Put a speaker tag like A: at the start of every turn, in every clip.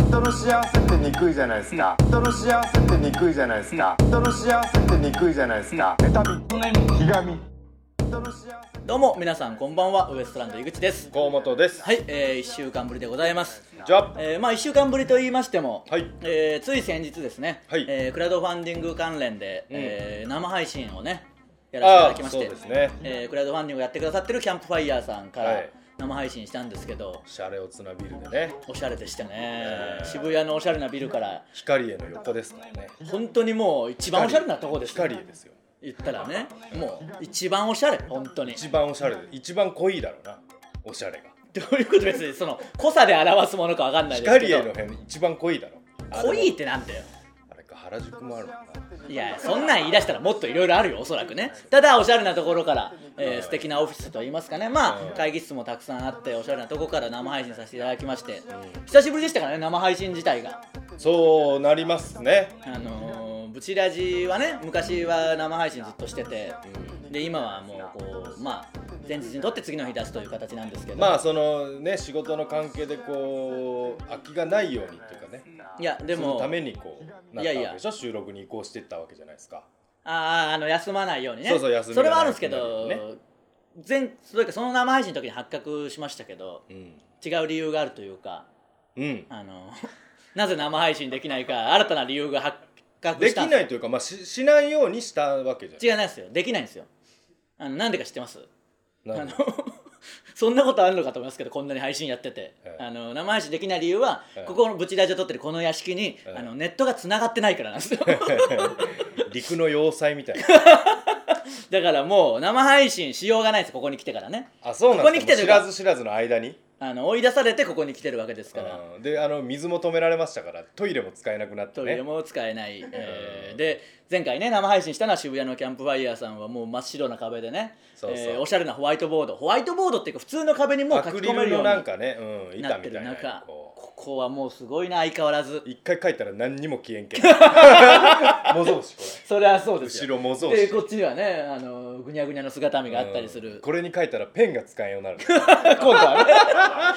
A: 人の幸せってにくいじゃないですか人の幸せってにくいじゃないですか人の幸せってにくいじゃないですか妬みひがみ人の幸せ
B: どうも皆さんこんばんはウエストランド井口です
C: 河本です。
B: はい、えー、1週間ぶりでございます
C: じゃあ、
B: えーまあ1週間ぶりと言いましても、
C: はい
B: えーつい先日ですね、
C: はい
B: えークラウドファンディング関連で、えー生配信をねやらせていただきまして
C: あーそうですね
B: えークラウドファンディングをやってくださってるキャンプファイヤーさんか
C: は
B: ら
C: い
B: 生配信したんですけど
C: シャレオツなビルでね、
B: おしゃれでしたね、
C: えー
B: 渋谷のおしゃれなビルから
C: 光への寄ったですからね。
B: 本当にもう一番おしゃれなとこですよ
C: 光栄ですよ。
B: 言ったらねもう一番おしゃれ本当に
C: 一番おしゃれで、一番濃いだろうな、おしゃれが。
B: どういうこと別にその濃さで表すものかわかんないですけ
C: 光への
B: ど
C: 辺、一番濃いだろ。あ
B: 濃いってなんだよ
C: あれか、原宿もあるもんな。
B: いやそんなん言い出したらもっといろいろあるよおそらくねただおしゃれなところから、えー素敵なオフィスといいますかねまあ会議室もたくさんあっておしゃれなところから生配信させていただきまして久しぶりでしたからね生配信自体が
C: そうなりますね。
B: あのー、ブチラジはね昔は生配信ずっとしててで今はもうこうまあ前日に撮って次の日出すという形なんですけど
C: まあ、そのね、仕事の関係でこう、空きがないようにっていうかね。
B: いやで
C: その
B: も
C: ためにこう、なっ
B: い
C: た
B: や
C: わ
B: いや
C: けでしょ収録に移行していったわけじゃないですか。
B: あーあの休まないようにね
C: そうそう休み
B: そ
C: がな
B: れ
C: い
B: はあるんですけど、
C: ね
B: 前それかその生配信の時に発覚しましたけど
C: うん。
B: 違う理由があるというか
C: うん。
B: あの なぜ生配信できないか新たな理由が発覚
C: で
B: し
C: き
B: たん
C: ないというか、まあ、ししないようにしたわけじゃ
B: 違うないですよできないんですよあのなんでか知ってます
C: ない。
B: あ
C: な
B: の そんなことあるのかと思いますけどこんなに配信やってて、
C: ええ
B: あの生配信できない理由は、
C: ええ
B: ここのブチラジオ撮ってるこの屋敷に、
C: ええ
B: あのネットがつながってないからなんですよ
C: 陸の要塞みたいな。
B: だからもう生配信しようがないですここに来てからね
C: あそうなん
B: ここに来てる
C: 知らず知らずの間に、
B: あの追い出されてここに来てるわけですから、
C: うんであの水も止められましたからトイレも使えなくなって
B: トイレ
C: ね
B: も使え ない、えーで前回ね生配信したのは渋谷のキャンプファイヤーさんはもう真っ白な壁でね
C: そうそう
B: えーおしゃれなホワイトボードホワイトボードっていうか普通の壁にもう
C: ア
B: 書き
C: クリ
B: 込め
C: ル
B: るよう
C: の
B: に
C: なんかね、うん、
B: な
C: 板
B: っ
C: み
B: て
C: た
B: る
C: いなの
B: 中
C: こう
B: ここはもうすごいな相変わらず
C: 一回書いたら何にも消え んけん模造紙こ
B: それはそう
C: れ
B: です
C: 後
B: よ
C: ろ模造紙
B: でこっちにはねあのぐにゃぐにゃの姿見があったりす
C: うん
B: る、
C: これに書いたらペンが使えんよう になる
B: 今度は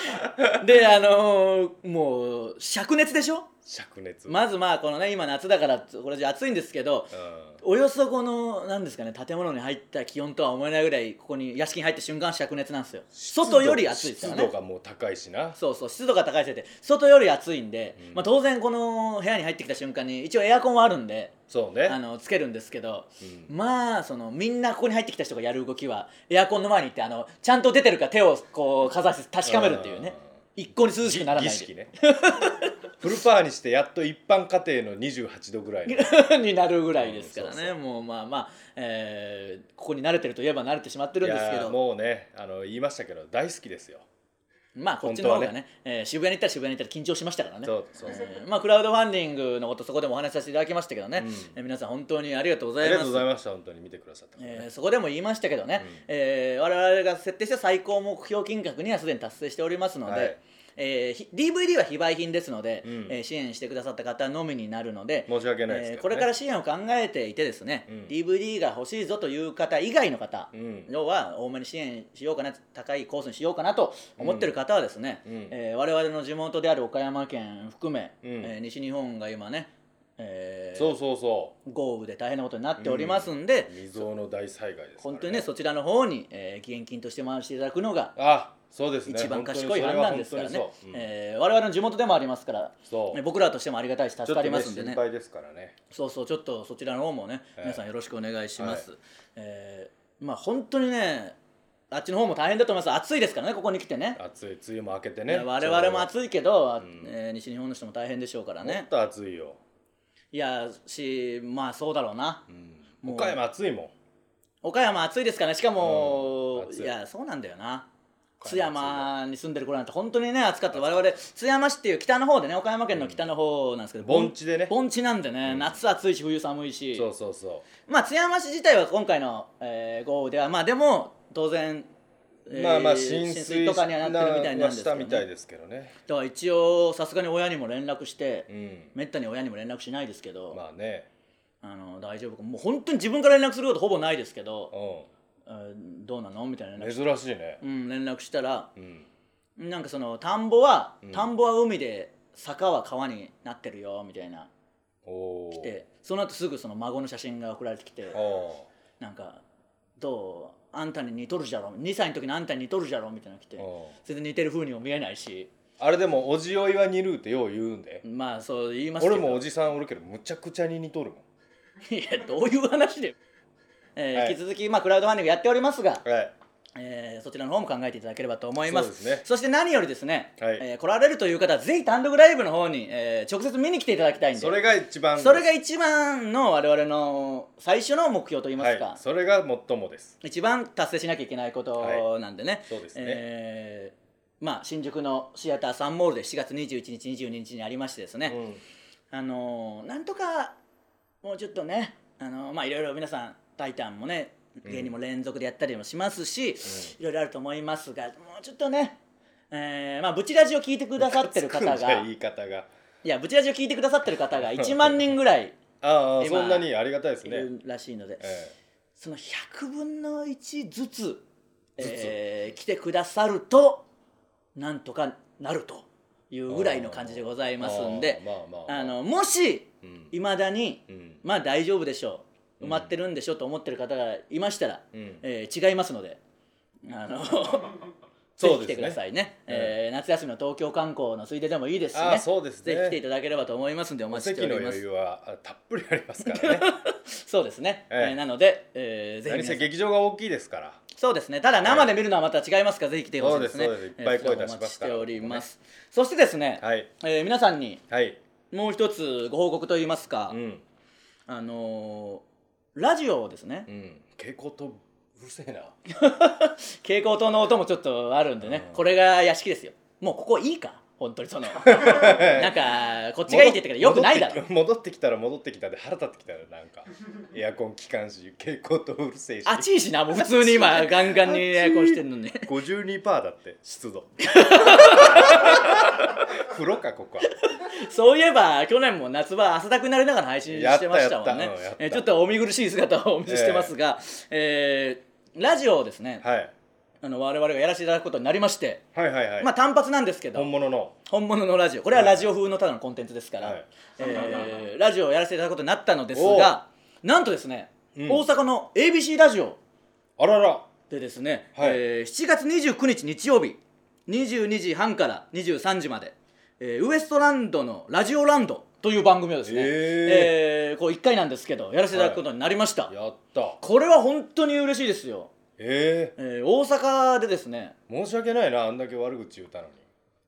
B: ねであのーもう灼熱でしょ
C: 灼熱、
B: まずまあこのね今夏だからこれじゃ暑いんですけど、
C: うん
B: およそこの何ですかね建物に入った気温とは思えないぐらいここに屋敷に入った瞬間灼熱なんですよ外より暑いですから
C: 湿
B: ね
C: 度がもう高いしな
B: そうそう湿度が高いせいで外より暑いんで、まあ、当然この部屋に入ってきた瞬間に一応エアコンはあるんで
C: そう
B: あ
C: ね
B: のつけるんですけど、
C: う
B: まあそのみんなここに入ってきた人がやる動きはエアコンの前に行ってあのちゃんと出てるか手をこうかざして確かめるっていうね一向に涼しくならない
C: 儀式ねフルパーにしてやっと一般家庭の28度ぐ らい の
B: になるぐらいですからね、
C: うんそう
B: もうまあまあ、えーここに慣れてるといえば慣れてしまってるんですけ
C: い
B: ど
C: やもうねあの言いましたけど大好きですよ
B: まあこっちの方がね
C: 本当は
B: えー渋谷に行ったら渋谷に行ったら緊張しましたからね
C: そうそうそう
B: えーまあクラウドファンディングのことそこでもお話しさせていただきましたけどね、えー皆さん本当にありがとうご
C: あ
B: ざい
C: りが
B: ま
C: とう
B: す
C: ございました本当に見てくださった方ね、
B: えーそこでも言いましたけどね、えー我々が設定した最高目標金額にはすでに達成しておりますので、
C: はい
B: えーひ DVD は非売品ですので、
C: うん
B: えー支援してくださった方のみになるので
C: 申し訳ないですけどね
B: えーこれから支援を考えていてですね、
C: うん
B: DVD が欲しいぞという方以外の方、
C: うん
B: 要は多めに支援しようかな高いコースにしようかなと思ってる方はですね、
C: うん
B: えー我々の地元である岡山県含め、
C: うん
B: えー西日本が今ね、えー
C: そうそうそ
B: 豪雨で大変なことになっておりますんで、
C: う未曾有の大災害ですから、
B: 本当にねそちらの方に、えー義援金として回していただくのが
C: あそうですね
B: 一番賢い判断ですからね、
C: 本当にそれは本
B: えー我々の地元でもありますから、
C: そう
B: ね僕らとしてもありがたいし
C: 当にそ
B: 助
C: う
B: かりますんでね
C: ちょっとね心配ですからね
B: そうそうちょっとそちらの方もね、
C: ええ
B: 皆さんよろしくお願いします、えーまあ本当にねあっちの方も大変だと思います暑いですからねここに来てね
C: 暑い梅雨も明けて
B: い
C: ね
B: や我々も
C: い
B: 暑いけど、えー西日本の人も大変でしょうから
C: ねも
B: ね
C: っと暑いよ、
B: いやしまあそうだろうな
C: うん
B: もう
C: 岡山暑いもん
B: 岡山暑いですからねしかも、
C: うん暑い
B: いやそうなんだよな
C: 岡
B: 津
C: 山
B: 山に住んでる頃なんて本当にね暑かった我々津山市っていう北の方でね岡山県の北の方なんですけど、
C: 盆地でね
B: 盆地なんでね、夏暑いし冬寒いし
C: そうそうそ
B: まあ津山市自体は今回の、えー豪雨ではまあでも当然、
C: う、
B: えー
C: まあまあ浸
B: 浸
C: 水
B: とかにはなってるみたいなんですけ
C: した
B: ど、
C: み
B: ね、
C: たいですけどね
B: だから一応さすがに親にも連絡して、
C: うん
B: めったに親にも連絡しないですけど、
C: まあね
B: あの大丈夫かもう本当に自分から連絡することほぼないですけど、
C: う
B: えーどうなのみたいな連
C: ん
B: 絡し
C: 珍しいね
B: うん連絡したら
C: うん
B: なんかその田んぼは、
C: うん
B: 田んぼは海で坂は川になってるよみたいな
C: おお
B: 来てその後すぐその孫の写真が送られてきて
C: ああ
B: なんか「どうあんたに似とるじゃろ2歳の時のあんたに似とるじゃろ」みたいなの来て
C: うん
B: それで似てる風にも見えないし
C: あれでもおじおいは似るってよう言うんで
B: まあそう言いますけど
C: 俺もおじさんおるけどむちゃくちゃに似とるもん
B: いやどういう話で、えー
C: はい
B: 引き続き、まあ、クラウドファンディングやっておりますが、
C: はい
B: えーそちらの方も考えていただければと思います
C: そうですね
B: そして何よりですね、
C: はい
B: えー来られるという方はぜひ単独ライブの方に、えー直接見に来ていただきたいんで
C: それが一番
B: それが一番の我々の最初の目標といいますか、
C: はいそれが最もです
B: 一番達成しなきゃいけないことなんでね、
C: そうですね
B: えーまあ、新宿のシアターサンモールで7月21日22日にありましてですね、
C: うん
B: あのーなんとかもうちょっとね、あのーまあいろいろ皆さん「タイタン」もね芸人も連続でやったりもしますし、いろいろあると思いますがもうちょっとね、えーまあ、ブチラジを聞いてくださってる方
C: つくんじゃ
B: が
C: 言
B: い
C: い方が
B: やブチラジを聞いてくださってる方が1万人ぐらい
C: ああ
B: 今
C: そんなにありがたいです
B: い
C: ね、
B: るらしいので、
C: え
B: その100分の1ずつえー来てくださるとなんとかなるというぐらいの感じでござい
C: え
B: ますんで
C: ああまあまあ、
B: あのもし
C: うん
B: いまだに、
C: うん
B: まあ大丈夫でしょう埋まってるんでしょうと思ってる方がいましたら、
C: うん
B: えー違いますのであ のぜ
C: そ
B: ひ
C: う
B: 来
C: です
B: て
C: ね
B: くださいねえー夏休みの東京観光のついででもいいですし
C: あ
B: ね
C: ーそうですね
B: ぜひ来ていただければと思いますんでお
C: お
B: 待ちし
C: 席
B: てお
C: の
B: りま
C: 余
B: す
C: 裕はあたっぷりありますからね
B: そうですね、え
C: ええ
B: ーなので、えーぜひ
C: 何
B: 皆さ
C: せ
B: ん
C: 劇場が大きいですから
B: そうですねただ生で見るのはまた違いますから、ぜひ来てほしいですね
C: そうですそうですいっぱい声出し
B: えーこちらもお
C: ま
B: 待ちし
C: すか
B: て
C: ら
B: おります、そしてですね、
C: はい
B: えー皆さんに
C: はい
B: もう一つご報告といいますか、
C: うん
B: あのーラジオをですね、
C: うん蛍光灯うるせえな
B: 蛍光灯の音もちょっとあるんでね、
C: うん
B: これが屋敷ですよもうここいいか本当にその なんかこっちがいいって言ったけどよくないだろ
C: 戻ってき戻ってきたら戻ってきたで腹立ってきたらなんかエアコン機関し蛍光灯うるせえし
B: 暑いしなもう普通に今ガンガンにエアコンしてんのに
C: 52%だって 湿度風呂かここは
B: そういえば去年も夏場汗だくになりながら配信してましたもんね
C: やったやったうんやった
B: えーちょっとお見苦しい姿をお見せしてますが、えーラジオをですね、
C: はい
B: あの我々がやらせていただくことになりまして、
C: はいはいはい、
B: まあ単発なんですけど
C: 本物の
B: 本物のラジオこれはラジオ風のただのコンテンツですから、
C: はい
B: えーラジオをやらせていただくことになったのですがなんとですね、
C: うん
B: 大阪の ABC ラジオ
C: あらら
B: でですね、
C: はい
B: えー7月29日日曜日22時半から23時まで、えーウエストランドの「ラジオランド」という番組をですね、
C: へー
B: えーこう1回なんですけどやらせていただくことになりました、
C: やった
B: これは本当に嬉しいですよ、
C: え
B: えー大阪でですね
C: え申し訳ないなあんだけ悪口言ったのに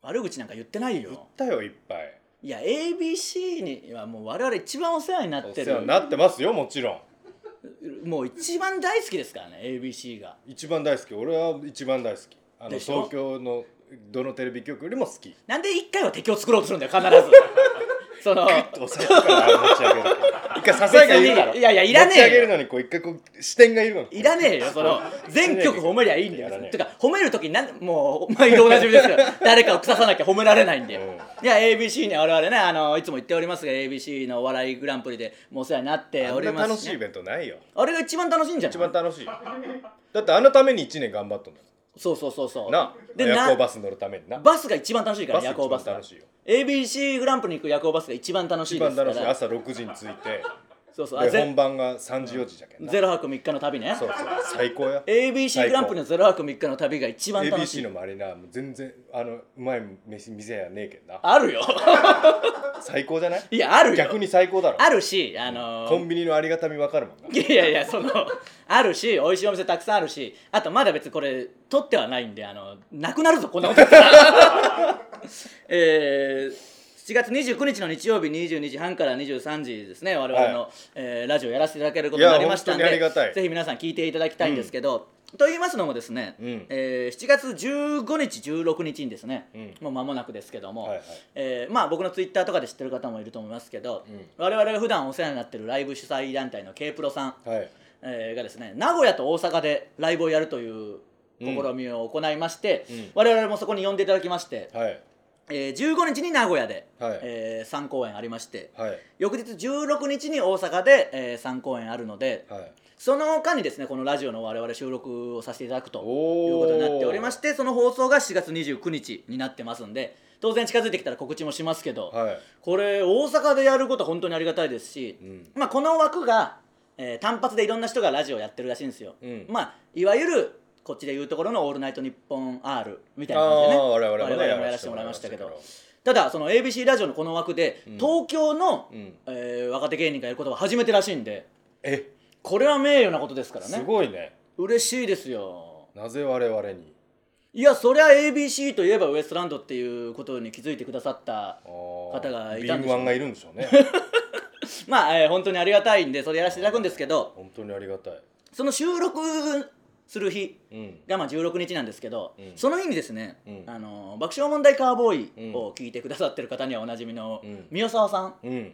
B: 悪口なんか言ってないよ
C: だよいっぱい
B: いや ABC にはもう我々一番お世話になっ
C: お
B: て
C: 世話
B: る
C: になってますよもちろん
B: もう一番大好きですからね ABC が
C: 一番大好き俺は一番大好きあの
B: でしょ
C: 東京のどのテレビ局よりも好き
B: なんで一回は敵を作ろうとするんだよ必 ずその
C: お酒から持ち上げる一回ささやか言うだろ
B: 別にいやいやいらねえよ
C: 持ち上げるのにこう一回こう視点がいるの
B: いらねえよその全曲褒めりゃいいんだ
C: いらね
B: よ
C: え
B: てか褒める時なんもう毎度おなじみです よ誰かを腐さなきゃ褒められないんで、いや ABC には我々ねあのいつも言っておりますが ABC のお笑いグランプリでもうお世話になって
C: あ
B: お
C: ん
B: り
C: な
B: ます
C: 楽しいイ
B: ね
C: ベントないよ
B: あれが一番楽しいんじゃ
C: 一
B: な
C: 番
B: い
C: 楽しいだってあのために1年頑張ったんだ
B: そうそうそうそう
C: な
B: で
C: 夜行
B: な
C: バス乗るためにな
B: バスが一番楽しいから
C: バス
B: 夜行バスが
C: 一番楽しいよ
B: ABC グランプリに行く夜行バスが一番楽し
C: 一
B: いで
C: 番
B: すか
C: 楽しい
B: ら
C: 朝6時に着いて
B: そうそうあ
C: で本
B: ゼ
C: 番が3時4時じゃけんな
B: ゼロ泊3日の旅ね
C: そうそう最高や
B: ABC
C: 最高
B: グランプリのゼロ泊3日の旅が一番楽し
C: ABC
B: い
C: のマリナーも全然あのうまい飯店やねえけんな
B: あ るよ
C: 最高じゃない
B: いやあるよ
C: 逆に最高だろ
B: あるしあのー
C: コンビニのありがたみわかるもんない
B: やいやいやそのあるし美味しいお店たくさんあるしあとまだ別にこれ取ってはないんであのなくなるぞこんなお客さんえー7月29日の日曜日22時半から23時ですね我々の、
C: は
B: えーラジオやらせていただけることになりましたん
C: いや
B: で
C: 本当にありがたい
B: ぜひ皆さん聞いていただきたいんですけど、と言いますのもですね、
C: うん
B: えー7月15日16日にですね、
C: うん
B: もう間もなくですけども、
C: はいはい
B: えーまあ、僕のツイッターとかで知ってる方もいると思いますけど、
C: うん
B: 我々が普段お世話になってるライブ主催団体の K プロさん、
C: はい
B: えーがですね名古屋と大阪でライブをやるという試みを行いまして、
C: うん
B: 我々もそこに呼んでいただきまして、
C: はい
B: えー15日に名古屋で、
C: はい
B: え3公演ありまして、
C: はい
B: 翌日16日に大阪で、え3公演あるので、
C: はい
B: その間にですねこのラジオの我々収録をさせていただくという
C: おー
B: ことになっておりましてその放送が4月29日になってますんで当然近づいてきたら告知もしますけど、
C: はい
B: これ大阪でやることは本当にありがたいですし、
C: うん
B: まあ、この枠が、えー単発でいろんな人がラジオやってるらしいんですよ、
C: うん
B: まあいわゆるこっちでいうところの「オールナイトニッポン R」みたいな感じでね
C: あー我々もね
B: もやらせてもらいましたけ
C: やら
B: ど
C: せ
B: ただその ABC ラジオのこの枠で、
C: ん
B: 東京の、
C: うん
B: えー若手芸人がやることは初めてらしいんで
C: え
B: これは名誉なことですから
C: す
B: ね
C: ごいね
B: 嬉しいですよ
C: なぜ我々に
B: いやそりゃ ABC といえばウエストランドっていうことに気づいてくださった
C: 方
B: がいたんでしょうね
C: がいるんでしょうね
B: まあ、えー本当にありがたいんでそれやらせていただくんですけど
C: 本当にありがたい
B: その収録する日
C: うん
B: がまあ16日なんですけど、
C: うん
B: その日にですね、
C: うん
B: あの爆笑問題カーボーイを聞いてくださってる方にはおなじみの
C: うん
B: 宮沢さん
C: うん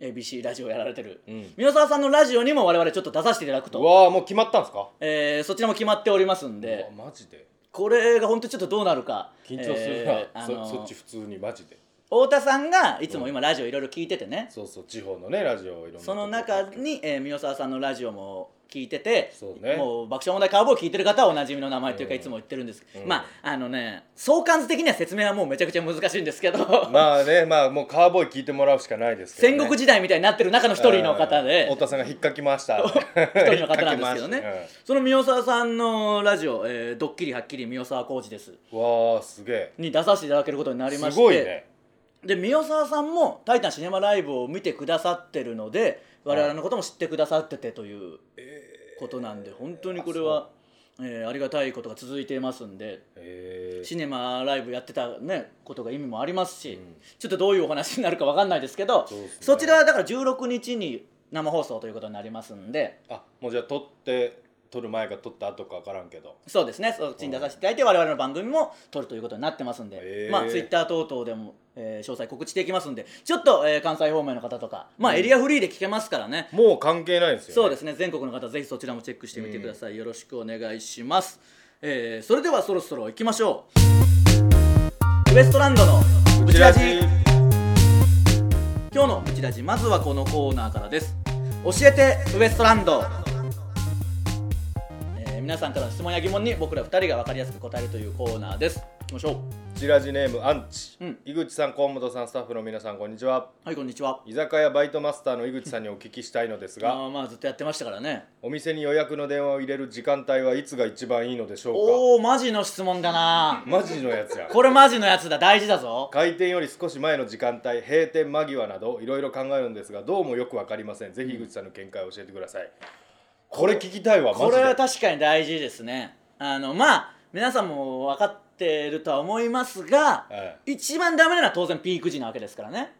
B: ABC ラジオやられてる、
C: うん
B: 宮沢さんのラジオにも我々ちょっと出させていただく
C: う
B: と、
C: わーもう決まったんですか
B: えーそちらも決まっておりますんで
C: うわマジで
B: これが本当ちょっとどうなるか
C: 緊張するな、
B: えーあの
C: そそっち普通にマジで
B: 太田さんがいつも今ラジオいろいろ聞いててね、
C: そうそう地方のねラジオをいろんな
B: その中に、えー、宮沢さんのラジオも聞いてて
C: そうね
B: もう爆笑問題カーボーイ聞いてる方はおなじみの名前というか、
C: うん
B: いつも言ってるんですけど、
C: うん
B: まああのね相関図的には説明はもうめちゃくちゃ難しいんですけど、
C: まあねまあもうカーボーイ聞いてもらうしかないですけど、ね、
B: 戦国時代みたいになってる中の一人の方
C: うん
B: で
C: 太田さんが引っかきました
B: 一人の方なんですけどね、
C: 引っかきまし
B: その宮沢さんのラジオ「えー、ドッキリはっきり宮沢浩二です
C: たうんわあすげ」
B: に出させていただけることにな
C: え
B: り
C: す
B: まして
C: ごいね
B: で宮沢さんも「タイタンシネマライブ」を見てくださってるので我々のことも知ってくださっててということなんで、本当にこれは、えーありがたいことが続いていますんで
C: えー
B: シネマライブやってた、ね、ことが意味もありますし、ちょっとどういうお話になるかわかんないですけどそ
C: そうですね
B: ちらはだから16日に生放送ということになりますんで
C: あもうじゃあ撮って撮る前か撮った後か分からんけど
B: そうですねそっちに出させていただいて我々の番組も撮るということになってますんで、
C: へー
B: まあツイッター等々でも、えー詳細告知していきますんでちょっと、えー関西方面の方とか、まあ、エリアフリーで聞けますからね、
C: もう関係ないですよ、ね、
B: そうですね全国の方ぜひそちらもチェックしてみてください、よろしくお願いします、えーそれではそろそろ行きましょうウエストランドのブチラジ今日のブチラジまずはこのコーナーからです教えてウエストランドえー皆さんからの質問や疑問に僕ら2人が分かりやすく答えるというコーナーですいきましょ
C: ブチラジネームアンチ、
B: うん
C: 井口さん河本さんスタッフの皆さんこんにちは
B: うはいこんにちは
C: 居酒屋バイトマスターの井口さんにお聞きしたいのです
B: あ
C: が
B: ーまあずっとやってましたからね
C: お店に予約の電話を入れる時間帯はいつが一番いいのでしょう
B: おおマジの質問だな
C: かマジのやつや
B: これマジのやつだ大事だぞ
C: 開店より少し前の時間帯閉店間際などいろいろ考えるんですがどうもよくわかりませんぜひ井口さんの見解を教えてくださいこれ聞きたいわマジ
B: こ
C: で
B: れは確かに大事ですねあのまあ皆さんも分かってるとは思いますが、
C: え
B: 一番ダメなのは当然ピーク時なわけですからね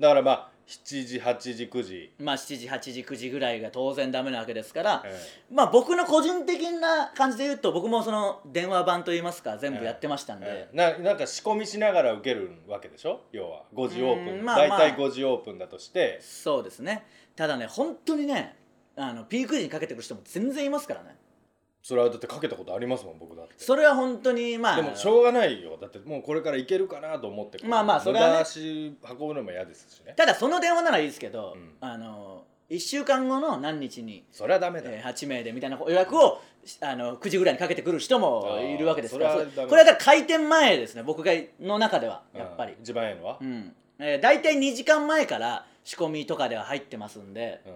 C: だからまあ7時8時9時
B: まあ7時8時9時ぐらいが当然ダメなわけですから、
C: え
B: まあ僕の個人的な感じで言うと僕もその電話版といいますか全部やってましたんで、
C: ええななんか仕込みしながら受けるわけでしょ要は5時オー
B: う
C: プ
B: ん
C: ン
B: まあ
C: 大
B: まあ
C: 体5時オープンだとして
B: そうですねただね本当にねあのピーク時にかけてくる人も全然いますからね
C: それはだってかけたことありますもん僕だって
B: それは本当にまあ
C: でもしょうがないよだってもうこれからいけるかなと思って
B: まあまあそれはね
C: 無駄足運ぶのも嫌ですしね
B: ただその電話ならいいですけど、
C: ん
B: あの1週間後の何日に
C: それはダメだよ、
B: えー8名でみたいな予約をあの9時ぐらいにかけてくる人もいるわけですから
C: あー
B: そ
C: それ
B: う
C: は
B: こ
C: ダ
B: れ
C: メ
B: はだから開店前ですね僕がの中ではやっぱり
C: うん、一番ええのは
B: う、んえー、大体2時間前から仕込みとかでは入ってますんで、
C: うん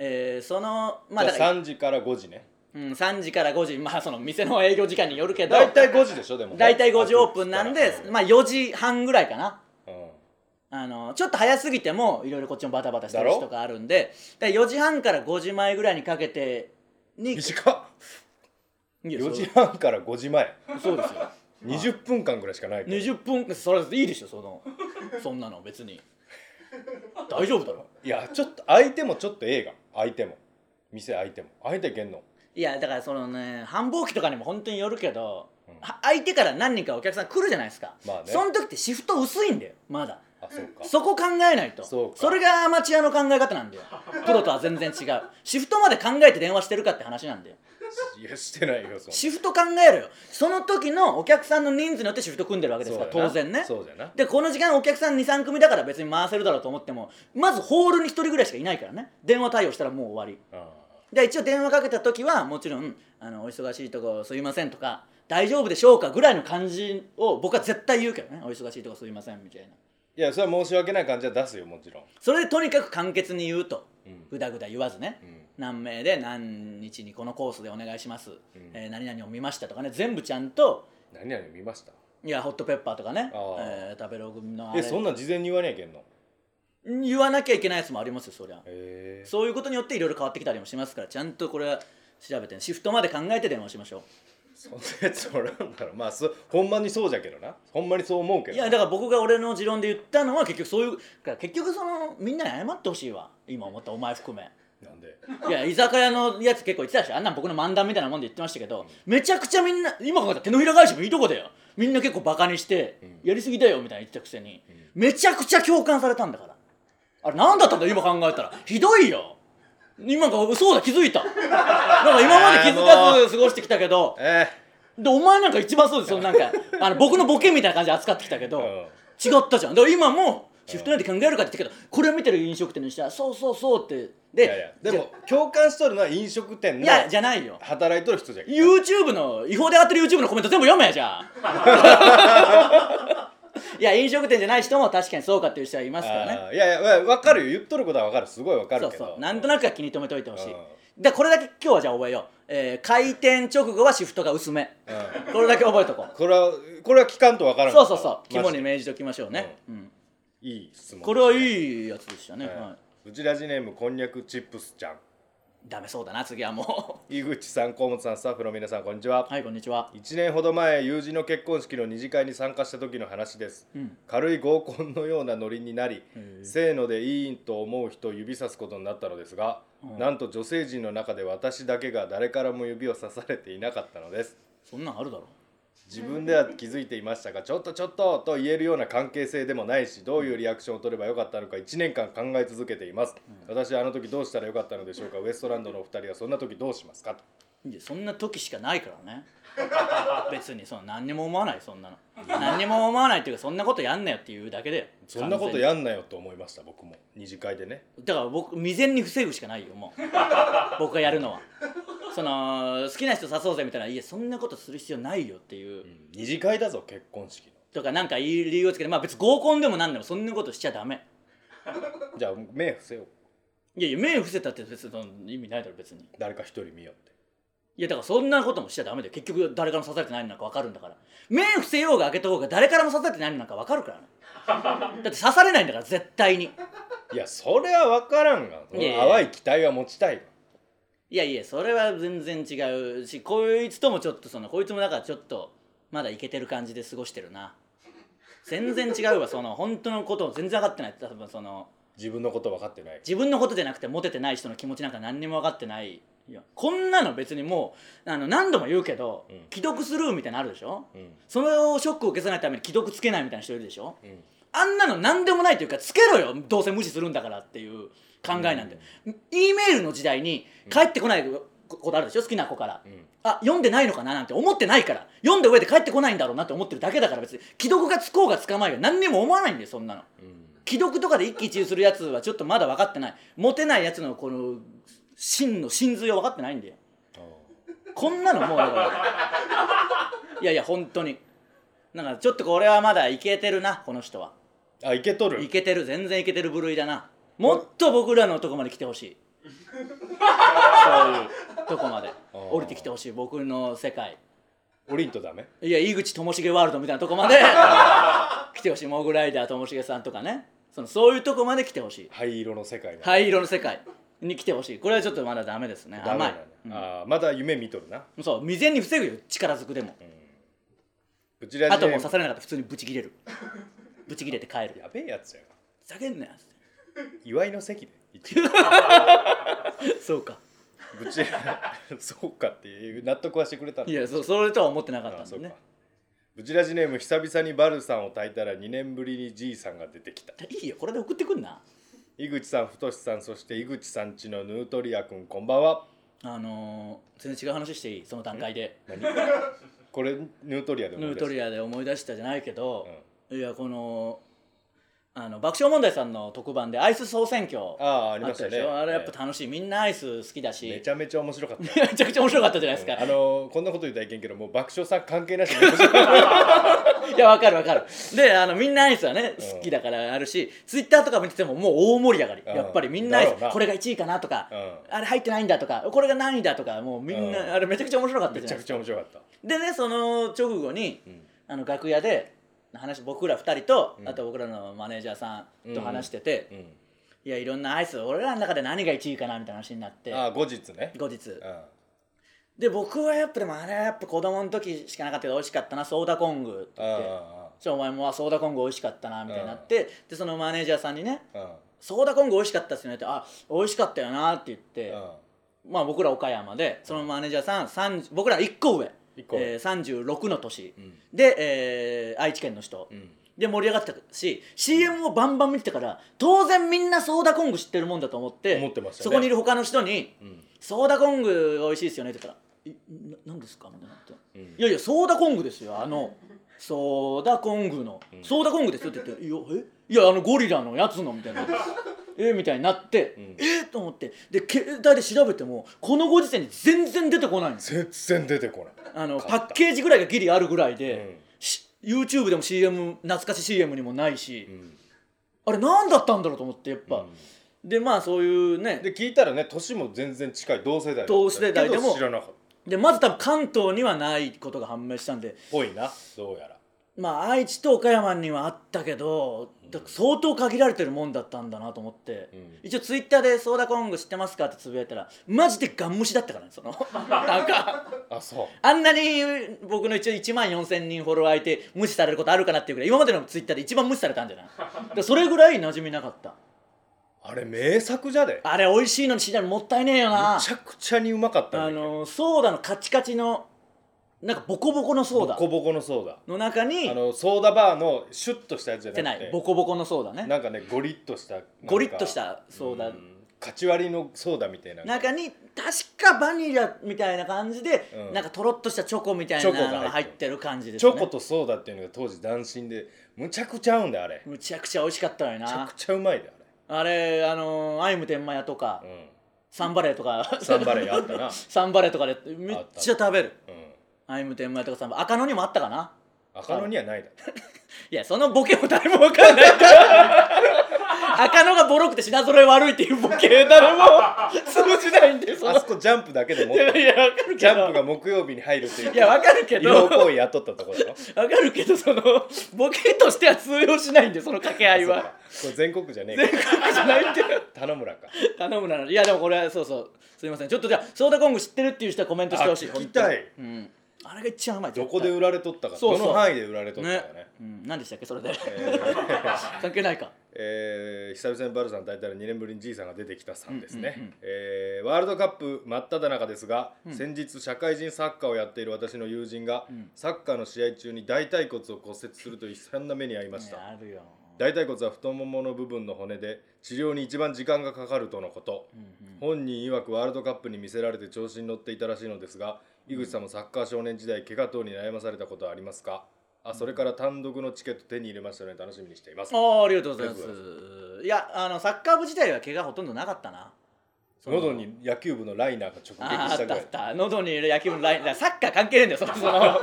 B: えーそのまあだ
C: じ
B: か
C: ゃあ
B: ら、
C: 3時から5時ね
B: うん、3時から5時まあその店の営業時間によるけど
C: 大体5時でしょでもね
B: 大体5時オープンなんで、
C: うん
B: まあ、4時半ぐらいかな
C: うん
B: あのちょっと早すぎてもいろいろこっちもバタバタしてる日
C: だろ
B: とかあるんでだから4時半から5時前ぐらいにかけてに
C: 短っ
B: いや
C: 4時半から5時前
B: そうそうですよ
C: 20分間ぐらいしかないけど
B: 20分それいいでしょそのそんなの別に大丈夫だろ
C: いやちょっと相手もちょっと映画相手も店相手も相手いけんの
B: いやだからそのね繁忙期とかにも本当によるけど、は相手から何人かお客さん来るじゃないですか、
C: まあね
B: その時ってシフト薄いんだよまだ
C: あそうか
B: そこ考えないと
C: そうか
B: れがアマチュアの考え方なん だよプロとは全然違うシフトまで考えて電話してるかって話なんだよ
C: いやしてないよそんな
B: シフト考えろよその時のお客さんの人数によってシフト組んでるわけですから
C: そう
B: 当
C: だな
B: 然ね
C: そうだな
B: でこの時間お客さん23組だから別に回せるだろうと思ってもまずホールに1人ぐらいしかいないからね電話対応したらもう終わり
C: うん
B: で一応電話かけた時はもちろんあの「お忙しいとこすいません」とか「大丈夫でしょうか」ぐらいの感じを僕は絶対言うけどね「お忙しいとこすいません」みたいない
C: やそれは申し訳ない感じは出すよもちろん
B: それでとにかく簡潔に言うと
C: うん
B: ぐだぐだ言わずね、
C: うん
B: 何名で何日にこのコースでお願いします、えー何々を見ましたとかね全部ちゃんと
C: 何々見ました
B: いやホットペッパーとかね、
C: あー
B: えー食べログのあれ
C: えそんなん事前に言わねえけんの
B: 言わなきゃいけないやつもありますよそりゃ
C: へえ
B: そういうことによっていろいろ変わってきたりもしますからちゃんとこれは調べてシフトまで考えて電話しましょ
C: そんなやつおらんだろまあそほんまにそうじゃけどなほんまにそう思うけ
B: う
C: ど
B: いやだから僕が俺の持論で言ったのは結局そういうだから結局そのみんなに謝ってほしいわ今思ったお前含め
C: なんで
B: いや居酒屋のやつ結構言ってたでしょあんなん僕の漫談みたいなもんで言ってましたけどめちゃくちゃみんな今考えたら手のひら返しもいいとこだよみんな結構バカにして、やりすぎだよみたいな言ってたくせに、めちゃくちゃ共感されたんだからあれ何だったんだ今考えたらひどいよ今かそうだ気づいたなんか今まで気づかず過ごしてきたけど
C: え
B: でお前なんか一番そうですよなんかあの僕のボケみたいな感じで扱ってきたけど、
C: ー、
B: 違ったじゃんだから今もシフト内で考えるかって言ってたけどこれを見てる飲食店の人はそうそうそうってで
C: いやいやでも共感しとるのは飲食店
B: い
C: の
B: やじゃないよ
C: 働いとる人じゃけん
B: YouTube の違法で上がってる YouTube のコメント全部読めやじ ゃあいや飲食店じゃない人も確かにそうかっていう人はいますからね
C: あーいやいや分かるよ言っとることは分かるすごい分か
B: そ
C: る
B: う
C: けど
B: そうなんとなくは気に留めておいてほしい
C: うん
B: でこれだけ今日はじゃあ覚えよう、えー開店直後はシフトが薄め
C: うん
B: これだけ覚え とこう
C: これはこれは聞かんと分からん
B: そ
C: かっ
B: う
C: た
B: そうそう肝
C: マジ
B: に
C: で
B: 銘じておきましょうね、うん
C: いい質問
B: これはいいやつでしたね、
C: はい
B: は
C: うちラジネームこんにゃくチップスちゃん
B: い、ダメそうだな次はも
C: 井口さん河本さんスタッフの皆さんこんにちは
B: う はいこんにちは
C: 1年ほど前友人の結婚式の二次会に参加した時の話です、
B: うん
C: 軽い合コンのようなノリになり
B: へえ
C: せーのでいいと思う人を指さすことになったのですが、
B: うん
C: なんと女性陣の中で私だけが誰からも指をさされていなかったのです
B: そんなんあるだろ
C: 自分では気づいていましたが「ちょっとちょっと」と言えるような関係性でもないしどういうリアクションを取ればよかったのか1年間考え続けています、私はあの時どうしたらよかったのでしょうかウエストランドのお二人はそんな時どうしますかと
B: いやそんな時しかないからね 別にその何にも思わないそんなの何にも思わないっていうかそんなことやんなよっていうだけだよ
C: そんなこと
B: 完
C: やんなよと思いました僕も二次会でね
B: 全にだから僕未然に防ぐしかないよもう 僕がやるのはその好きな人誘おうぜみたいないやそんなことする必要ないよっていう、
C: 二次会だぞ結婚式
B: とかなんかいい理由をつけてまあ別に合コンでもなんでもそんなことしちゃダメ
C: のじゃあ目伏せよう
B: いやいや目伏せたって別にその意味ないだろ別に
C: 誰か一人見よって
B: いやだからそんなこともしちゃダメだよ結局誰からも刺されてないのなんか分かるんだから目伏せようが開けた方が誰からも刺されてないのなんか分かる からねだって刺されないんだから絶対に
C: いやそれは分からんがその
B: いやいや
C: 淡い期待は持ちたいが
B: いやいやそれは全然違うしこいつともちょっとそのこいつもだからちょっとまだいけてる感じで過ごしてるな全然違うわその本当のことを全然分かってない多分その
C: 自分のこと分かってない
B: 自分のことじゃなくてモテてない人の気持ちなんか何にも分かってないよこんなの別にもうあの何度も言うけど、
C: うん
B: 既読スルーみたいなのあるでしょ、
C: うん
B: それをショックを受けさないために既読つけないみたいな人いるでしょ、
C: うん
B: あんなの何でもないというかつけろよどうせ無視するんだからっていう考えなんで、E メールの時代に返ってこないことあるでしょ好きな子から、
C: ん
B: あ読んでないのかななんて思ってないから読んだ上で返ってこないんだろうなって思ってるだけだから別に既読がつこうがつかまいが何にも思わないんだよそんなの。
C: うん
B: 既読とかで一喜一憂するやつはちょっとまだ分かってないモテないやつのこの真の真髄を分かってないんだよ
C: あ
B: こんなのもうだか らいやいや本当になんかちょっとこれはまだいけてるなこの人は
C: あいけとる
B: いけてる全然いけてる部類だなもっと僕らのとこまで来てほしいそういうとこまで
C: ー
B: 降りてきてほしい僕の世界
C: 降りんとダメ
B: いや井口ともしげワールドみたいなとこまで来てほしいモグライダーともしげさんとかねそのそういうとこまで来てほしい
C: 灰色の世界まで
B: 灰色の世界に来てほしいこれはちょっとまだダメですね
C: ダ
B: 甘
C: メだ
B: い
C: ね、あーまだ夢見とるな
B: うんそう未然に防ぐよ力ずくでも、
C: うちら
B: あともう刺されなかったら普通にブチ切れる ブチ切れて帰る
C: やべえやつやな
B: ふざけんなよ
C: 祝いの席で一応
B: そうか
C: うちらそうかっていう納得はしてくれたの
B: いやそそれとは思ってなかった
C: あ
B: ん
C: そ
B: だ
C: うか
B: ね
C: ブチラジネーム久々にバルさんを炊いたら2年ぶりにじいさんが出てきた
B: いいよこれで送ってくんな
C: 井口さん太さんそして井口さんちのヌートリア君こんばんは
B: あのー、全然違う話していいその段階で
C: これヌートリアで
B: ヌートリ
C: ア
B: アで思い出したじゃないけど、いやこのあの爆笑問題さんの特番でアイス総選挙
C: あああ
B: あ
C: りま
B: っ
C: したた
B: で
C: ね
B: しょあれやっぱ楽しいみんなアイス好きだし
C: めちゃめちゃ面白かっ た
B: めちゃくちゃ面白かったじゃないですか、
C: あのーこんなこと言ったらいけんけどもう爆笑さん関係なしに面白かっ
B: いやわかるわかるであのみんなアイスはね好きだからあるし、ツイッターとか見ててももう大盛り上がり、
C: うん
B: やっぱりみんなアイ
C: だろうな
B: スこれが1位かなとか、
C: う
B: あれ入ってないんだとかこれが何位だとかもうみんな、
C: うん
B: あれめちゃくちゃ面白かったた
C: め
B: じゃな
C: ちゃ
B: いで
C: く
B: す
C: ちゃ面白か った
B: かでねその直後に、
C: ん
B: あの楽屋で話僕ら2人と、あと僕らのマネージャーさんと話してて、
C: うん
B: いやいろんなアイス俺らの中で何が1位かなみたいな話になって
C: ああ後日ね
B: 後日
C: う
B: で僕はやっぱでもあれはやっぱ子供の時しかなかったけど美味しかったなソーダコングって
C: ん
B: 言って。じゃあお前もあソーダコング美味しかったなみたいになって、でそのマネージャーさんにね
C: うんうん
B: 「ソーダコング美味しかったっすよね」って「あ美味しかったよな」って言って、
C: うん
B: まあ僕ら岡山でそのマネージャーさん三十僕ら1個上
C: 一個上
B: えー、36の年、
C: ん
B: で、えー愛知県の人、
C: ん
B: で盛り上がってたし CM をバンバン見てたから当然みんなソーダコング知ってるもんだと思って
C: 思ってましたね
B: そこにいる他の人に「
C: ん
B: ソーダコング美味しいですよね」って言ったら「えな何ですか?」みたいになって、
C: ん
B: いやいやソーダコングですよあのソーダコングの、ソーダコングですよ」って言って「いやえいやあのゴリラのやつの」みたい な。えみたいになって、えっと思ってで携帯で調べてもこのご時世に全然出てこないんです
C: 全然出てこない
B: あのパ
C: 買った
B: ッケージぐらいがギリあるぐらいで、
C: うん
B: し YouTube でも CM 懐かしい CM にもないし、あれ何だったんだろうと思ってやっぱ、でまあそういうねで
C: で聞いたらね年も全然近い同世代だった
B: 同世代でも
C: けど知らなかったっ
B: まず多分関東にはないことが判明したんで
C: ぽいなどうやら
B: まあ愛知と岡山にはあったけど、だ相当限られてるもんだったんだなと思って、
C: ん
B: 一応ツイッターで「ソーダコング知ってますか?」ってつぶやいたらマジでガン無視だったからね そのなんか
C: あそう
B: あんなに僕の一応1万4000人フォロワーいて無視されることあるかなっていうぐらい今までのツイッターで一番無視されたんじゃないだからそれぐらい馴染みなかった
C: あれ名作じゃでめ
B: あれ美味しいのにしないのもったいねえよな
C: ちゃくちゃにうまかった
B: あ
C: んだけど
B: のソーダのカチカチのなんかボコボコのソー
C: ボ
B: ダ
C: コボコのソーダ
B: の中に
C: あ
B: っ
C: のソーダバーのシュッとしたやつじゃ
B: て
C: な
B: な
C: くて
B: いボコボコのソーダね
C: なんかねゴリッとしたなんか
B: ゴリッとしたソーダ
C: うんカチ割りのソーダみたいな
B: 中に確かバニラみたいな感じで、
C: うん
B: なんかとろっとしたチョコみたい
C: チョ
B: な
C: コが入って
B: のが入ってる感じです
C: チ
B: ね
C: ョコとソーダっていうのが当時斬新でむちゃくちゃ合うんだよあれめ
B: むちゃくちゃ美味しかったのよ
C: ちゃ
B: な
C: くちゃうまいで
B: あれあのアイム天満屋とか、
C: あれうん
B: サンバレーとか
C: サンバレーあったな
B: サンバレーとかでめっちゃ食べる
C: うん
B: アイム天満屋とかサンバ赤野にもあったかな
C: 赤野にはないだろ
B: いやそのボケも誰も分かんないから赤野がボロくて品揃え悪いっていうボケ誰も通じないんでその
C: あそこジャンプだけでもっ
B: いや
C: と
B: いや分かる
C: ジ
B: け
C: ャン
B: ど
C: プが木曜日に入るという
B: いや分かるけ
C: 違法
B: ど
C: 行為やっとったところだろ
B: 分かるけどそのボケとしては通用しないんでその掛け合い
C: そっ
B: は
C: かこれ全国じゃねえか
B: じゃないって
C: 頼むらか
B: 頼むならいやでもこれはそうそうすいませんちょっとじゃあソーダコング知ってるっていう人はコメントしてほしい
C: あ
B: 本
C: 聞き
B: 当に
C: たい
B: うん、あれが一番うまい
C: どこで
B: 絶
C: 売られとったか
B: そう
C: ど
B: そう
C: の範囲で売られと
B: 対
C: ったかね
B: ね、うん、何でしたっけそれ で
C: えー
B: 関係ないか
C: えー久々にバルさん大体2年ぶりにじいさんが出てきたさんですね、えーワールドカップ真っ只中ですが、先日社会人サッカーをやっている私の友人が、サッカーの試合中に大腿骨を骨折するという悲惨な目に遭いました、
B: ねあるよ
C: 大腿骨は太ももの部分の骨で治療に一番時間がかかるとのこと、本人曰くワールドカップに見せられて調子に乗っていたらしいのですが井口さんもサッカー少年時代怪我等に悩まされたことはありますかあそれから単独のチケット手に入れましたので楽しみにしています
B: ああありがとうございま
C: ありがと
B: すいやあのサッカー部自体は怪我ほとんどなかったなその
C: 喉に野球部のライナーが直
B: あ
C: 撃
B: あ
C: し
B: あ
C: た
B: っ
C: ぐ
B: た
C: ら
B: あ
C: い
B: った喉にいる野球部のライン だからサッカー関係ねえんだよそのその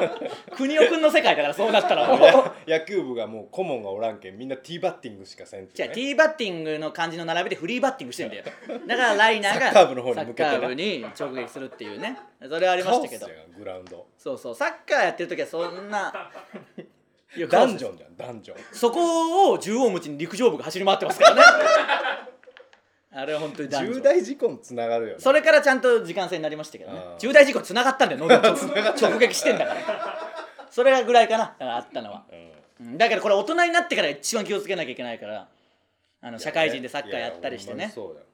B: 国尾君の世界だからそうなったらもう
C: 野球部がもう顧問がおらんけんみんなティーバッティングしかせんって
B: じ
C: い
B: ゃあ
C: うね
B: ティーバッティングの感じの並びでフリーバッティングしてんだよだからライナーが
C: サッカー部の方に向けてね
B: サッカー部に直撃するっていうねそれはありま
C: カ
B: した
C: オス
B: け
C: じゃ
B: ど
C: んグラウンド
B: そうそうサッカーやってる時はそんないや
C: ダンジョンじゃんダンジョン
B: そこを縦横無尽に陸上部が走り回ってますから ねあれは本当にダンジョン
C: 重大事故につながるよね
B: それからちゃんと時間制になりましたけどね
C: あー
B: 重大事故につながったんだよ喉に
C: 繋がった
B: 直撃してんだからそれぐらいかなだからあったのは、うんだからこれ大人になってから一番気をつけなきゃいけないからあの社会人でサッカーやったりして
C: いや
B: ね
C: ほんまにそうだよ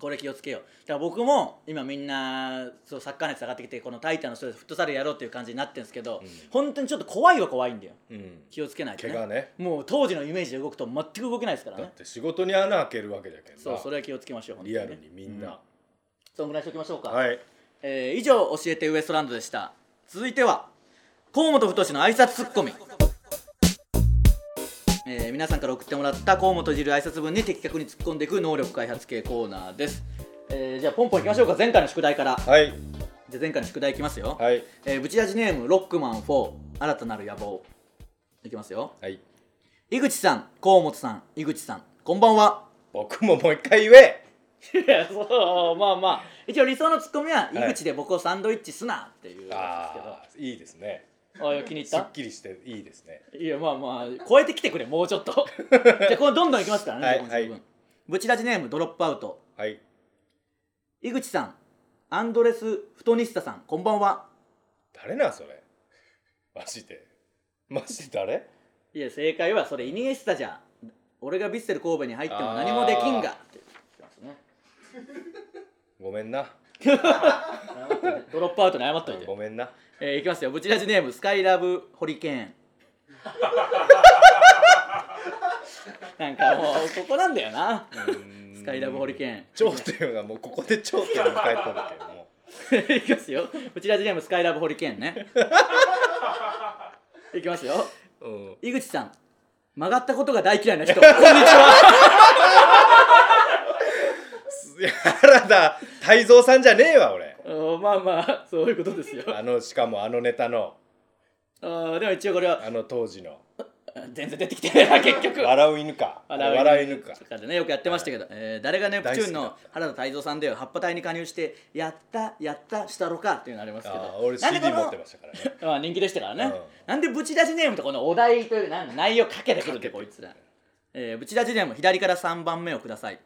B: これ気をつけようだから僕も今みんなそうサッカー熱上がってきてこのタイタンの人でフットサルやろうっていう感じになってるんですけど、本当にちょっと怖いは怖いんだよ
C: うん
B: 気をつけないと、
C: 怪我ね
B: もう当時のイメージで動くと全く動けないですから
C: だ
B: ね
C: って仕事に穴開けるわけじゃけんな
B: そうそれは気をつけましょう本当
C: リア
B: ね
C: ルにみんな、
B: そのぐらいにしておきましょうか
C: はい
B: えー以上教えてウエストランドでした続いては河本太の挨拶ツッコミ、ええー皆さんから送ってもらったこうも閉じる挨拶文に的確に突っ込んでいく能力開発系コーナーです、えーじゃあポンポンいきましょうか前回の宿題から
C: はい
B: じゃあ前回の宿題いきますよ、
C: はい
B: えーブチラジネームロックマン4新たなる野望いきますよ
C: はい
B: 井口さん河本さん井口さんこんばんは
C: 僕ももう一回言え
B: いやそうまあまあ一応理想のツッコミは「
C: はい
B: 井口で僕をサンドイッチすな」っていうやつです
C: ああいいですね
B: けどあいや気に入っ
C: す
B: た
C: っきりしていいですね
B: いやまあまあ超えてきてくれもうちょっ とじゃあこれどんどんいきますからね、
C: はい
B: この十分
C: はい
B: ブチラジネームドロップアウト
C: はい
B: 井口さんアンドレス・フトニスタさんこんばんは
C: 誰なんそれマジでマジで誰
B: いや正解はそれイニエスタじゃん俺がヴィッセル神戸に入っても何もできんが
C: あ
B: って言ってますね
C: ごめんな
B: ドロップアウトに謝っ といて
C: ごめんな
B: えー、いきますよブチラジネームスカイラブホリケー ンなんかもうここなんだよなスカイラブホリケーン
C: 頂点がもうここで頂点を迎えたんだけども
B: いきますよブチラジネームスカイラブホリケーン ねいきますよ
C: うん
B: 井口さん曲がったことが大嫌いな人こんにちは
C: いや原田泰造さんじゃねえわ俺
B: おまあまあそういうことですよ
C: あのしかもあのネタの
B: あーでも一応これは
C: あの当時の
B: 全然出てきて ないな結局
C: 笑う犬か笑う犬か
B: とかでねよくやってましたけど、えー誰がネプチューン
C: 大
B: の
C: 好きだ
B: 原田泰造さんで葉っぱ隊に加入して「やったやったしたろか」っていうのありますけ
C: あ
B: ど
C: ー俺
B: なんで
C: CD
B: この
C: 持ってましたからね
B: まあ人気でしたからね、
C: うん
B: なんでブチラジネームとこのお題というなんか内容かけてくるってこいつら、えー、ブチラジネーム左から3番目をください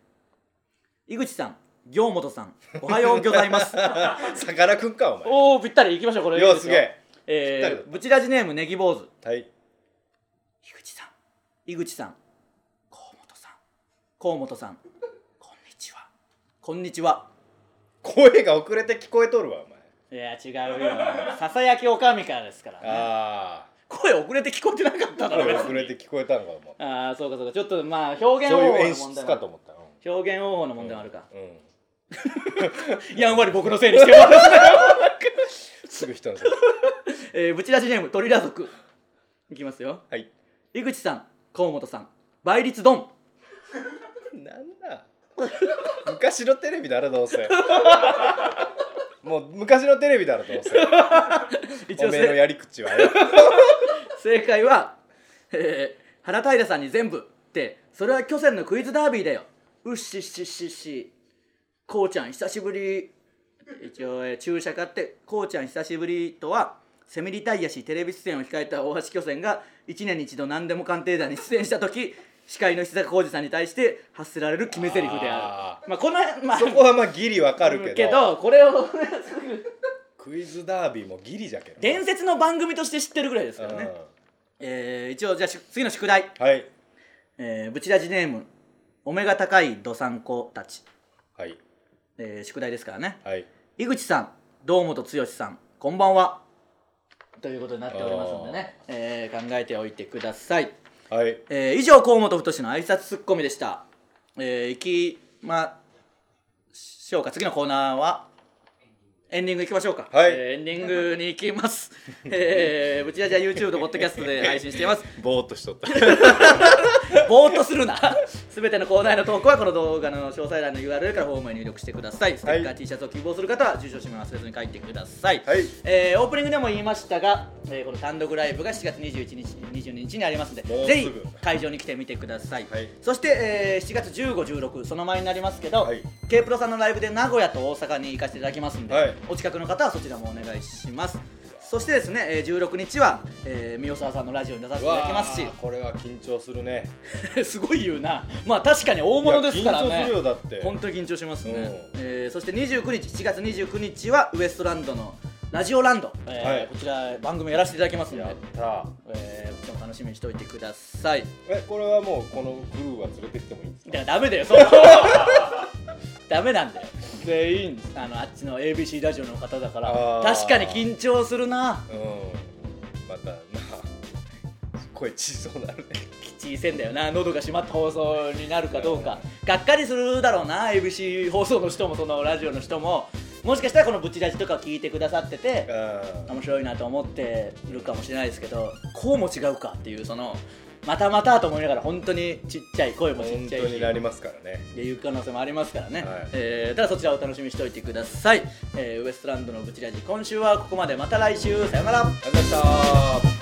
B: 井口さん行本さんおはようございます
C: さかなクンかお前
B: おおぴったりいきましょうこれい
C: よ
B: ういです
C: げえぴったりだ
B: え
C: っ
B: ー、
C: た
B: ブチラジネームネギ坊主
C: はい
B: 井口さん井口さん河本さん河本さんこんにちはこんにちは
C: 声が遅れて聞こえとるわお前
B: いや違うよささやきおかみからですから、ね、
C: あ
B: 声遅れて聞こえてなかった
C: あ
B: だろ
C: 声
B: 別
C: 遅
B: に
C: れて聞こえたのかお前
B: ああそうかそうかちょっとまあ表現方法
C: そういう
B: の
C: 演
B: 問
C: 出
B: 題
C: か
B: も
C: と思ったうん
B: 表現方法の問題もあるか、
C: うん
B: やんわり僕のせいにしてもらったよ、
C: すぐ人のせい
B: えー、ぶち出しネーム鳥ラ族いきますよ
C: はい
B: 井口さん河本さん倍率ドン
C: なんだ昔のテレビだろどうせもう昔のテレビだろどうせ
B: 一
C: お
B: 応
C: めえの
B: せ
C: やり口はよ
B: 正解は、えー、原平さんに全部ってそれは巨泉のクイズダービーだようっしっしっしっしこうちゃん久しぶり一応、えー注射買ってこうちゃん久しぶりとはセミリタイヤしテレビ出演を控えた大橋巨泉が1年に一度何でも鑑定団に出演した時司会の石坂浩二さんに対して発せられる決め台詞であ
C: あ
B: るまあこのまあ
C: そこはまあギリわかるけど
B: けどこれを
C: クイズダービーもギリじゃけど
B: 伝説の番組として知ってるぐらいですからね、えー一応じゃあし次の宿題
C: うんはい
B: えー、ブチラジネームお目が高いどさんこたち、
C: はい
B: えー宿題ですからね
C: はい
B: 井口さん堂本剛さんこんばんはということになっておりますのでね、えー考えておいてください、
C: はい
B: えー以上河本太の挨拶ツッコミでしたえー、いきましょうか次のコーナーはエンディングいきましょうか、
C: はい
B: えーエンディングに行きます、えー、ブチラジは YouTube とポッドキャストで配信 しています
C: ぼーっとしとった
B: ぼーっとするな全てのコーナーへの投稿はこの動画の詳細欄の URL からフォームへ入力してくださいステッカー、T シャツを希望する方は住所氏名を忘れずに書いてください、
C: はい
B: えーオープニングでも言いましたが、えーこの単独ライブが7月21日22日にありますの
C: もうす
B: でぜ
C: ぐ
B: ひ会場に来てみてください、
C: はい
B: そして、えー7月1516その前になりますけど、
C: はい
B: K プロさんのライブで名古屋と大阪に行かせていただきますんで、
C: はい
B: お近くの方はそちらもお願いしますそしてですね、えー16日は、えー、三代沢さんのラジオに出させていただきますし
C: わーこれは緊張するね
B: すごい言うなまあ確かに大物ですから
C: いや緊張する
B: ね
C: よだって
B: 本当に緊張しますね、
C: うん
B: えーそして29日7月29日はウエストランドのラジオランド、えー
C: はい
B: こちら番組やらせていただきますの
C: やっ
B: で、
C: た
B: えー、こちらも楽しみにしておいてください
C: えこれはもうこのクルーは連れてきてもいいんですか
B: だからダメだよそう ダメなんだよ全員あのあっちの ABC ラジオの方だから
C: あー
B: 確かに緊張するな
C: うんまたな声小さくなるね
B: 小せんだよな喉が閉まった放送になるかどうかがっかりするだろうな ABC 放送の人もそのラジオの人ももしかしたらこのブチラジとか聞いてくださってて
C: あ
B: 面白いなと思っているかもしれないですけどこうも違うかっていうそのまたまたと思いながら本当にちっちゃい声もちっ
C: 本
B: ちゃ
C: 当
B: いし
C: になりますからね
B: っていう可能性もありますからね、
C: はい
B: えーただそちらをお楽しみにしておいてください、えーウエストランドのブチラジ今週はここまでまた来週さよなら
C: ありがとうございました